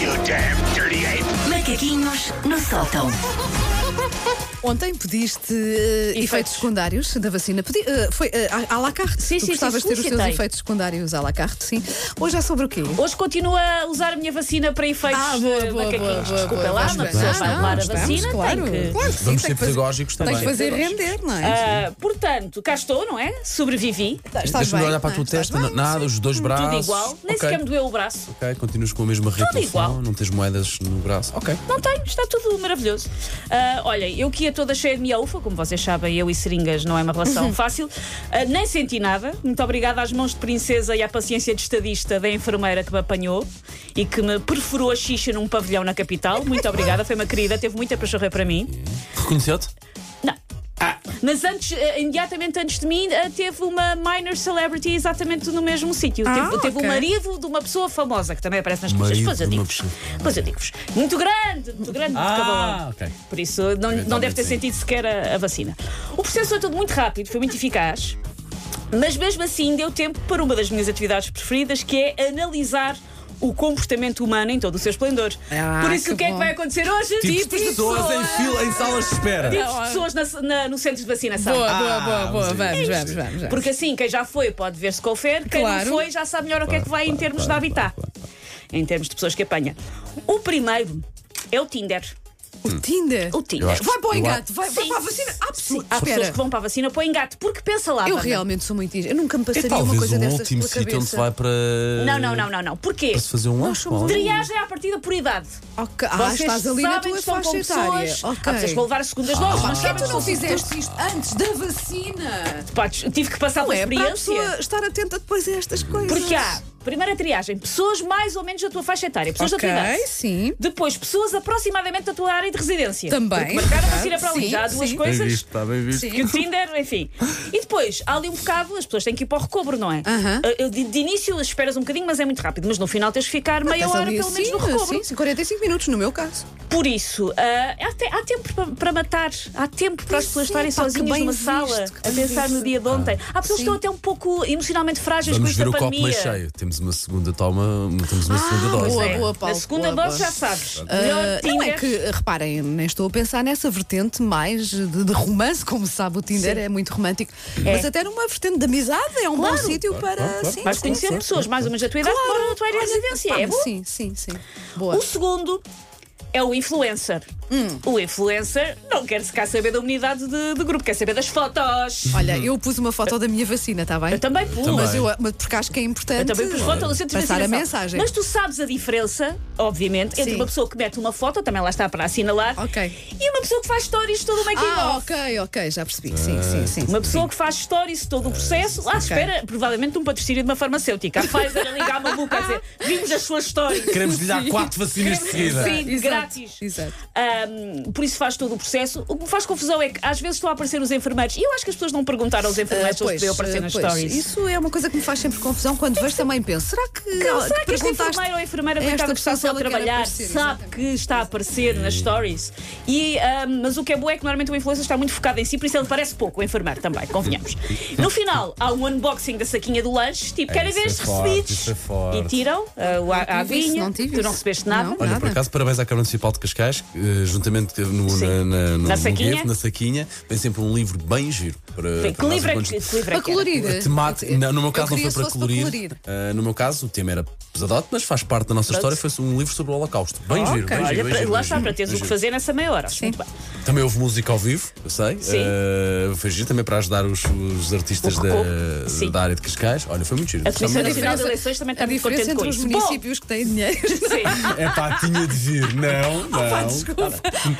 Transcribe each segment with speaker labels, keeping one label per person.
Speaker 1: you damn dirty ape!
Speaker 2: Macaquinhos no sótão.
Speaker 3: Ontem pediste eh, efeitos. secundários da vacina. Pedi, eh, foi eh, à- à la carte.
Speaker 4: Sim,
Speaker 3: tu
Speaker 4: sim,
Speaker 3: gostavas
Speaker 4: sim,
Speaker 3: de ter os teus
Speaker 4: solicitei.
Speaker 3: efeitos secundários à la carte, sim. Hoje é sobre o quê?
Speaker 4: Hoje continuo a usar a minha vacina para efeitos
Speaker 3: Ah, boa,
Speaker 4: de
Speaker 3: boa,
Speaker 4: macaquinhos.
Speaker 3: boa, boa,
Speaker 4: Desculpa
Speaker 3: boa.
Speaker 4: lá,
Speaker 3: Vamos
Speaker 4: uma
Speaker 3: bem.
Speaker 4: pessoa
Speaker 3: Não,
Speaker 4: vai tomar a
Speaker 3: estamos,
Speaker 4: vacina,
Speaker 3: claro.
Speaker 4: tem que.
Speaker 3: Claro que sim,
Speaker 5: Vamos
Speaker 3: tem
Speaker 5: ser
Speaker 3: que fazer-
Speaker 5: pedagógicos
Speaker 3: Tem que
Speaker 5: também.
Speaker 3: fazer render, não é?
Speaker 4: Ah, portanto, cá estou, não é? Sobrevivi.
Speaker 3: Estás
Speaker 5: Deixa-me
Speaker 3: bem,
Speaker 5: olhar para
Speaker 3: não
Speaker 5: a
Speaker 3: é?
Speaker 5: tua
Speaker 3: Estás
Speaker 5: testa,
Speaker 3: bem? Hum,
Speaker 5: na- nada, os dois braços.
Speaker 4: Tudo igual. Nem
Speaker 5: Ok,
Speaker 4: sequer me doeu o braço.
Speaker 5: Ok, continuas com a mesma rede
Speaker 4: igual.
Speaker 5: não tens moedas no braço. Ok.
Speaker 4: Não tenho, está tudo maravilhoso. Ah, olhem, eu que ia toda cheia de miaufa, como vocês sabem, eu e seringas não é uma relação fácil. Ah, nem senti nada. Muito obrigada às mãos de princesa e à paciência de estadista da enfermeira que me apanhou e que me perfurou a xixa num pavilhão na capital. Muito obrigada, foi uma querida, teve muita pachorra para mim.
Speaker 5: Reconheceu-te?
Speaker 4: Não. Mas antes, eh, imediatamente antes de mim, eh, teve uma minor celebrity exatamente no mesmo sítio.
Speaker 3: Ah,
Speaker 4: teve teve
Speaker 3: ok.
Speaker 4: o marido de uma pessoa famosa, que também aparece nas coisas.
Speaker 5: Marido
Speaker 4: Depois eu
Speaker 5: de uma
Speaker 4: digo-vos.
Speaker 5: pessoa.
Speaker 4: Depois eu digo-vos. Muito grande, muito grande,
Speaker 3: Ah.
Speaker 4: muito cabalão.
Speaker 5: Ah, ok.
Speaker 3: Tipo
Speaker 4: Por isso, não, não deve ter
Speaker 5: sim.
Speaker 4: sentido sequer a, a vacina. O processo foi tudo muito rápido, foi muito eficaz. Mas mesmo assim deu tempo para uma das minhas atividades preferidas, que é analisar o comportamento humano em todo o seu esplendor.
Speaker 3: Ah,
Speaker 4: Por isso,
Speaker 3: que
Speaker 4: o que é
Speaker 3: bom.
Speaker 4: que vai acontecer hoje? Tipo
Speaker 5: Tipos de Tipo pessoas em fila, em salas de espera.
Speaker 3: Tipo
Speaker 4: Tipos de pessoas na- na- no centro de vacinação.
Speaker 3: Boa, boa, boa, boa.
Speaker 5: vamos a
Speaker 3: Vamos,
Speaker 5: isto.
Speaker 3: vamos, vamos. vamos.
Speaker 4: Porque assim, quem já foi pode ver-se com fé, quem
Speaker 3: Claro.
Speaker 4: não foi já sabe melhor o que é que vai em termos de habitat, em termos de pessoas que apanha. O primeiro é o Tinder.
Speaker 3: O Tinder.
Speaker 4: O Tinder.
Speaker 5: acho que-
Speaker 3: Vai para o
Speaker 5: Eu
Speaker 3: engate, vai, vai
Speaker 4: Sim.
Speaker 3: para a vacina. Ah, pessoa-
Speaker 4: Há pessoas
Speaker 3: espera.
Speaker 4: que vão para a vacina põem gato, porque pensa lá.
Speaker 3: Eu
Speaker 4: Wanda.
Speaker 3: realmente sou muito isso. Eu nunca me
Speaker 5: É
Speaker 3: passaria uma
Speaker 5: talvez
Speaker 3: coisa
Speaker 5: o
Speaker 3: dessas
Speaker 5: último
Speaker 3: pela
Speaker 5: sítio onde
Speaker 3: cabeça.
Speaker 5: se vai para.
Speaker 4: Não, não, não, não, não. Porquê?
Speaker 5: Para se fazer um
Speaker 3: Nós somos
Speaker 5: acho.
Speaker 4: Triagem à partida por idade.
Speaker 3: Ok, Ah,
Speaker 4: Vocês
Speaker 3: estás ali na
Speaker 4: sabem
Speaker 3: tua
Speaker 4: que estão
Speaker 3: faixa
Speaker 4: com
Speaker 3: etária.
Speaker 4: pessoas. Há pessoas que
Speaker 3: Ok.
Speaker 4: vão levar as segundas doses, mas
Speaker 3: Porquê
Speaker 4: sabem
Speaker 3: tu não
Speaker 4: que são-
Speaker 3: fizeste isto antes da vacina?
Speaker 4: Pá, Tive que passar
Speaker 3: Não
Speaker 4: pela
Speaker 3: é para a pessoa
Speaker 4: experiência.
Speaker 3: estar atenta depois a estas coisas.
Speaker 4: Porque há, primeira triagem, pessoas mais ou menos da tua faixa etária, pessoas
Speaker 3: Ok,
Speaker 4: da tua idade.
Speaker 3: sim.
Speaker 4: Depois, pessoas aproximadamente da tua área de residência.
Speaker 3: Também.
Speaker 4: Porque marcar a vacina para
Speaker 3: Sim,
Speaker 4: ali. Já há duas
Speaker 3: sim.
Speaker 5: Bem
Speaker 4: coisas.
Speaker 5: visto, está bem visto.
Speaker 3: Sim.
Speaker 4: Que o Tinder, enfim. E depois, há ali um bocado, as pessoas têm que ir para o recobro, não é?
Speaker 3: Aham.
Speaker 4: Eu- De, de início esperas um bocadinho, mas é muito rápido. Mas no final tens que ficar meia
Speaker 3: Tens
Speaker 4: hora,
Speaker 3: ali, assim?
Speaker 4: pelo menos,
Speaker 3: sim,
Speaker 4: no recobro.
Speaker 3: Sim, 45 minutos, no meu caso.
Speaker 4: Por isso, ah, há, te- há tempo para, para matar, há tempo para as
Speaker 3: Pois é,
Speaker 4: pessoas estarem
Speaker 3: pá, que
Speaker 4: sozinhas
Speaker 3: bem
Speaker 4: numa
Speaker 3: visto,
Speaker 4: sala,
Speaker 3: que
Speaker 4: a
Speaker 3: bem
Speaker 4: pensar
Speaker 3: visto. Ah,
Speaker 4: no dia de ontem. Há pessoas que estão até um pouco emocionalmente frágeis
Speaker 5: Vamos
Speaker 4: com
Speaker 5: ver
Speaker 4: esta
Speaker 5: o copo
Speaker 4: pandemia.
Speaker 5: meio cheio. Temos uma segunda toma, temos uma segunda dose.
Speaker 3: Ah, boa,
Speaker 5: não é?
Speaker 3: boa. Paulo,
Speaker 4: a segunda
Speaker 3: boa,
Speaker 4: dose
Speaker 3: boa.
Speaker 4: já sabes.
Speaker 3: Ah,
Speaker 4: Melhor
Speaker 3: não
Speaker 4: Tinder.
Speaker 3: é que, reparem, nem estou a pensar nessa vertente mais de, de romance, como se sabe, o Tinder
Speaker 4: Sim.
Speaker 3: é muito romântico. Mas até numa vertente de amizade é um bom
Speaker 4: Claro.
Speaker 3: sítio para.
Speaker 5: claro, claro.
Speaker 3: Sim,
Speaker 4: Vais
Speaker 3: sim,
Speaker 4: conhecer
Speaker 3: sim.
Speaker 4: pessoas mais ou menos da tua idade que moram na tua área de
Speaker 3: Olha,
Speaker 4: residência.
Speaker 3: pá,
Speaker 4: É bom.
Speaker 3: Sim, sim, sim. Boa.
Speaker 4: O segundo é o influencer.
Speaker 3: Hum.
Speaker 4: O influencer não quer sequer saber da unidade de, de grupo, quer saber das fotos.
Speaker 3: Olha, eu pus uma foto da minha vacina, está bem?
Speaker 4: Eu também pus.
Speaker 3: Mas
Speaker 5: Também.
Speaker 3: eu, mas porque acho que é importante.
Speaker 4: Eu também pus foto no centro de
Speaker 3: passar a
Speaker 4: vacinação.
Speaker 3: mensagem.
Speaker 4: Mas tu sabes a diferença, obviamente, entre
Speaker 3: Sim.
Speaker 4: uma pessoa que mete uma foto, também lá está para assinalar,
Speaker 3: Ok.
Speaker 4: e uma pessoa que faz stories todo o making
Speaker 3: Ah,
Speaker 4: off.
Speaker 3: ok, ok, já percebi. Sim, sim, sim.
Speaker 4: Uma pessoa que faz stories de todo o processo, lá espera provavelmente um patrocínio de uma farmacêutica. A Pfizer a ligar uma boca a dizer: vimos as suas stories.
Speaker 5: Queremos lhe dar quatro vacinas de seguida.
Speaker 4: Sim,
Speaker 3: Exato,
Speaker 4: grátis.
Speaker 3: exato.
Speaker 4: Ahm, por isso faz todo o processo. O que me faz confusão é que às vezes estão a aparecer os enfermeiros e eu acho que as pessoas não perguntaram aos
Speaker 3: Ah,
Speaker 4: enfermeiros se eles podiam aparecer nas
Speaker 3: pois,
Speaker 4: stories.
Speaker 3: Isso é uma coisa que me faz sempre confusão quando vejo também penso. Será que.
Speaker 4: Não, será que este
Speaker 3: perguntaste
Speaker 4: enfermeiro ou enfermeira
Speaker 3: a
Speaker 4: coitada
Speaker 3: esta
Speaker 4: que está só
Speaker 3: pessoa
Speaker 4: a
Speaker 3: se ela quer
Speaker 4: trabalhar
Speaker 3: aparecer? Hum.
Speaker 4: sabe que está a aparecer nas stories? E, ahm, mas o que é bom é que normalmente o influencer está muito focado em si, por isso ele parece pouco, o enfermeiro também, convenhamos. No final, há um unboxing da saquinha do lanche, tipo, querem ver
Speaker 5: Isso
Speaker 4: os
Speaker 5: é forte,
Speaker 4: recebidos?
Speaker 5: isso é forte.
Speaker 4: E tiram ah, o a, a
Speaker 3: tive isso,
Speaker 4: aguinha.
Speaker 3: não tive
Speaker 4: tu não
Speaker 3: isso.
Speaker 4: recebeste nada.
Speaker 3: Não.
Speaker 5: Olha,
Speaker 3: Nada.
Speaker 5: por acaso, parabéns à Câmara Municipal de Cascais, que, eh, juntamente no,
Speaker 4: Sim.
Speaker 5: na, na, no,
Speaker 4: Na
Speaker 5: no
Speaker 4: saquinha.
Speaker 5: Gueto, na saquinha, tem sempre um livro bem giro. Para,
Speaker 4: Bem,
Speaker 5: para
Speaker 4: Que
Speaker 5: nós
Speaker 4: livro é que,
Speaker 5: enquanto-
Speaker 4: que livro é
Speaker 3: Para
Speaker 4: que era?
Speaker 3: colorir.
Speaker 5: A temática- não, no meu
Speaker 3: Eu
Speaker 5: caso não
Speaker 3: queria
Speaker 5: foi
Speaker 3: se
Speaker 5: para
Speaker 3: fosse
Speaker 5: colorir. Ah, no meu caso, o tema era pesadote, mas faz parte da nossa história. Foi um livro sobre o Holocausto. Bem
Speaker 3: Ah,
Speaker 5: giro,
Speaker 3: ok.
Speaker 5: bem
Speaker 4: Olha,
Speaker 5: giro, bem
Speaker 4: para-
Speaker 5: giro,
Speaker 4: lá
Speaker 5: bem
Speaker 4: está
Speaker 5: giro,
Speaker 4: para teres
Speaker 5: bem
Speaker 4: o que
Speaker 5: giro.
Speaker 4: fazer nessa meia hora. Acho muito bem.
Speaker 5: Também houve música ao vivo, eu sei.
Speaker 4: Sim.
Speaker 5: Ah, foi giro também para ajudar os, os artistas
Speaker 4: O que
Speaker 5: da,
Speaker 4: coube. Sim.
Speaker 5: da área de Cascais. Olha, foi muito giro.
Speaker 4: A Comissão
Speaker 3: A
Speaker 5: Realmente-
Speaker 4: Nacional de
Speaker 3: diferença-
Speaker 4: Eleições também
Speaker 3: A
Speaker 4: está muito
Speaker 3: diferença
Speaker 4: contente com
Speaker 3: entre os
Speaker 4: isso.
Speaker 3: municípios que têm dinheiro.
Speaker 4: Bom, sim.
Speaker 5: É pá, tinha de vir. Não, não.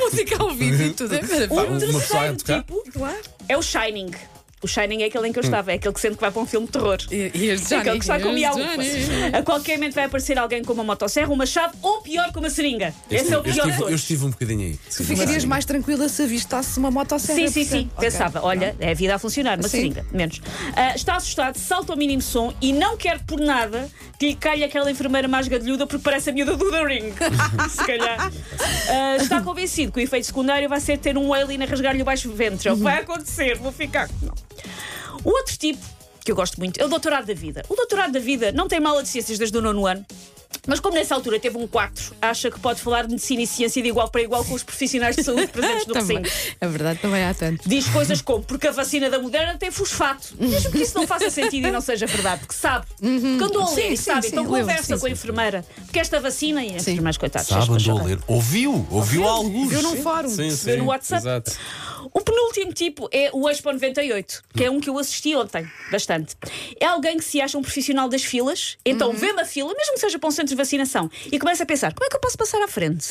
Speaker 3: Música ao vivo e tudo. É
Speaker 4: O
Speaker 3: maravilhoso.
Speaker 5: uma pessoa a
Speaker 4: Um terceiro
Speaker 5: tocar?
Speaker 4: tipo
Speaker 3: Claro.
Speaker 4: é o Shining. O Shining é aquele em que eu estava, é aquele que sente que vai para um filme de terror.
Speaker 3: E- e este
Speaker 4: É aquele
Speaker 3: Hum. Johnny,
Speaker 4: que está com
Speaker 3: este
Speaker 4: miau.
Speaker 3: Johnny.
Speaker 4: A qualquer momento vai aparecer alguém com uma motosserra, uma chave ou pior com uma seringa. Esse é o
Speaker 5: eu,
Speaker 3: tipo,
Speaker 4: pior de
Speaker 5: estive, eu
Speaker 4: todos.
Speaker 5: estive um bocadinho aí.
Speaker 3: Tu ficarias mais tranquila se avistasse uma motosserra.
Speaker 4: Sim, sim,
Speaker 3: portanto.
Speaker 4: sim.
Speaker 3: é Ok.
Speaker 4: Pensava, olha, é a vida a funcionar, uma
Speaker 3: Sim.
Speaker 4: seringa, menos. Ah, está assustado, salta ao mínimo som e não quer por nada que lhe calhe aquela enfermeira mais gadilhuda porque parece a miúda do The Ring. Se calhar. Ah, está convencido que o efeito secundário vai ser ter um alien a rasgar-lhe o baixo ventre. É o que
Speaker 3: Uhum.
Speaker 4: Vai acontecer, vou ficar. Não. O outro tipo que eu gosto muito é o doutorado da vida. O doutorado da vida não tem mala de ciências desde o nono ano. Mas como nessa altura teve um 4, acha que pode falar de medicina e ciência de igual para igual com os profissionais de saúde presentes no
Speaker 3: Também.
Speaker 4: recinto.
Speaker 3: É verdade, também há tanto.
Speaker 4: Diz coisas como, porque a vacina da Moderna tem fosfato.
Speaker 3: Uhum.
Speaker 4: Mesmo que isso não faça sentido e não seja verdade, porque sabe. Porque andou a
Speaker 3: Sim,
Speaker 4: ler, e
Speaker 3: sim,
Speaker 4: sabe?
Speaker 3: sim,
Speaker 4: então
Speaker 3: lembro,
Speaker 4: conversa
Speaker 3: sim,
Speaker 4: com a
Speaker 3: sim,
Speaker 4: enfermeira. Porque esta vacina, e as
Speaker 3: Sim.
Speaker 4: enfermeiras, coitadas,
Speaker 5: Sabe,
Speaker 4: cheias de
Speaker 5: andou a
Speaker 4: paixão.
Speaker 5: ler. Ouviu, ouviu alguns.
Speaker 3: Viu num fórum.
Speaker 5: Sim, sim.
Speaker 4: Vê no WhatsApp.
Speaker 5: Exato.
Speaker 4: O penúltimo tipo é o Expo 98, que é um que eu assisti ontem, bastante. É alguém que se acha um profissional das filas,
Speaker 3: Uhum.
Speaker 4: então vê uma fila, mesmo que seja para um centro de vacinação, e começa a pensar: como é que eu posso passar à frente?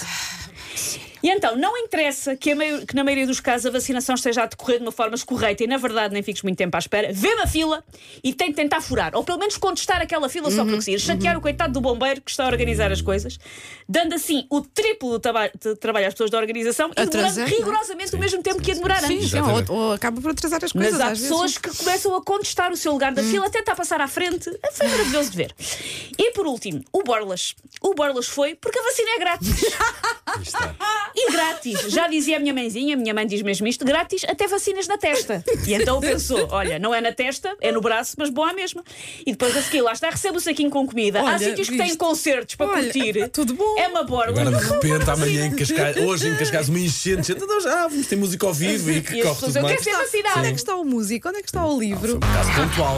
Speaker 4: E então, não interessa que, a maio- que na maioria dos casos a vacinação esteja a decorrer de uma forma correta e, na verdade, nem fiques muito tempo à espera. Vê uma fila e tem de tentar furar, ou pelo menos contestar aquela fila só para
Speaker 3: Uhum.
Speaker 4: conseguir chatear o coitado do bombeiro que está a organizar as coisas, dando assim o triplo do taba- de trabalho às pessoas da organização e demorando
Speaker 3: Atrasar, não é?
Speaker 4: rigorosamente o mesmo tempo que ia demorar
Speaker 3: Sim,
Speaker 4: antes.
Speaker 3: sim, ou,
Speaker 5: Exatamente.
Speaker 3: ou acaba por atrasar as coisas.
Speaker 4: Mas há
Speaker 3: às vezes.
Speaker 4: pessoas que começam a contestar o seu lugar da fila até está a passar à frente. Ah, Foi maravilhoso de ver. E por último, o Borlas. O Borlas foi porque a vacina é grátis.
Speaker 5: Aí está.
Speaker 3: Ah!
Speaker 4: E grátis. Já dizia a minha mãezinha, a minha mãe diz mesmo isto, grátis até vacinas na testa. E então pensou, olha, não é na testa, é no braço, mas bom à mesma. E depois a seguir, lá está, recebe o saquinho com comida. Há
Speaker 3: Olha,
Speaker 4: sítios que
Speaker 3: viste?
Speaker 4: têm concertos para
Speaker 3: Olha,
Speaker 4: curtir.
Speaker 3: tudo bom.
Speaker 4: É uma borla.
Speaker 5: Agora de repente, amanhã em Cascais, hoje em Cascais, uma enchente. gente, Então, já, vamos ter música ao vivo e
Speaker 4: E
Speaker 5: que
Speaker 4: as
Speaker 5: corre
Speaker 4: pessoas,
Speaker 5: tudo
Speaker 4: eu
Speaker 5: mais.
Speaker 4: quero ser vacinada.
Speaker 3: Onde é que está o músico? Onde é que está o livro?
Speaker 5: Caso pontual.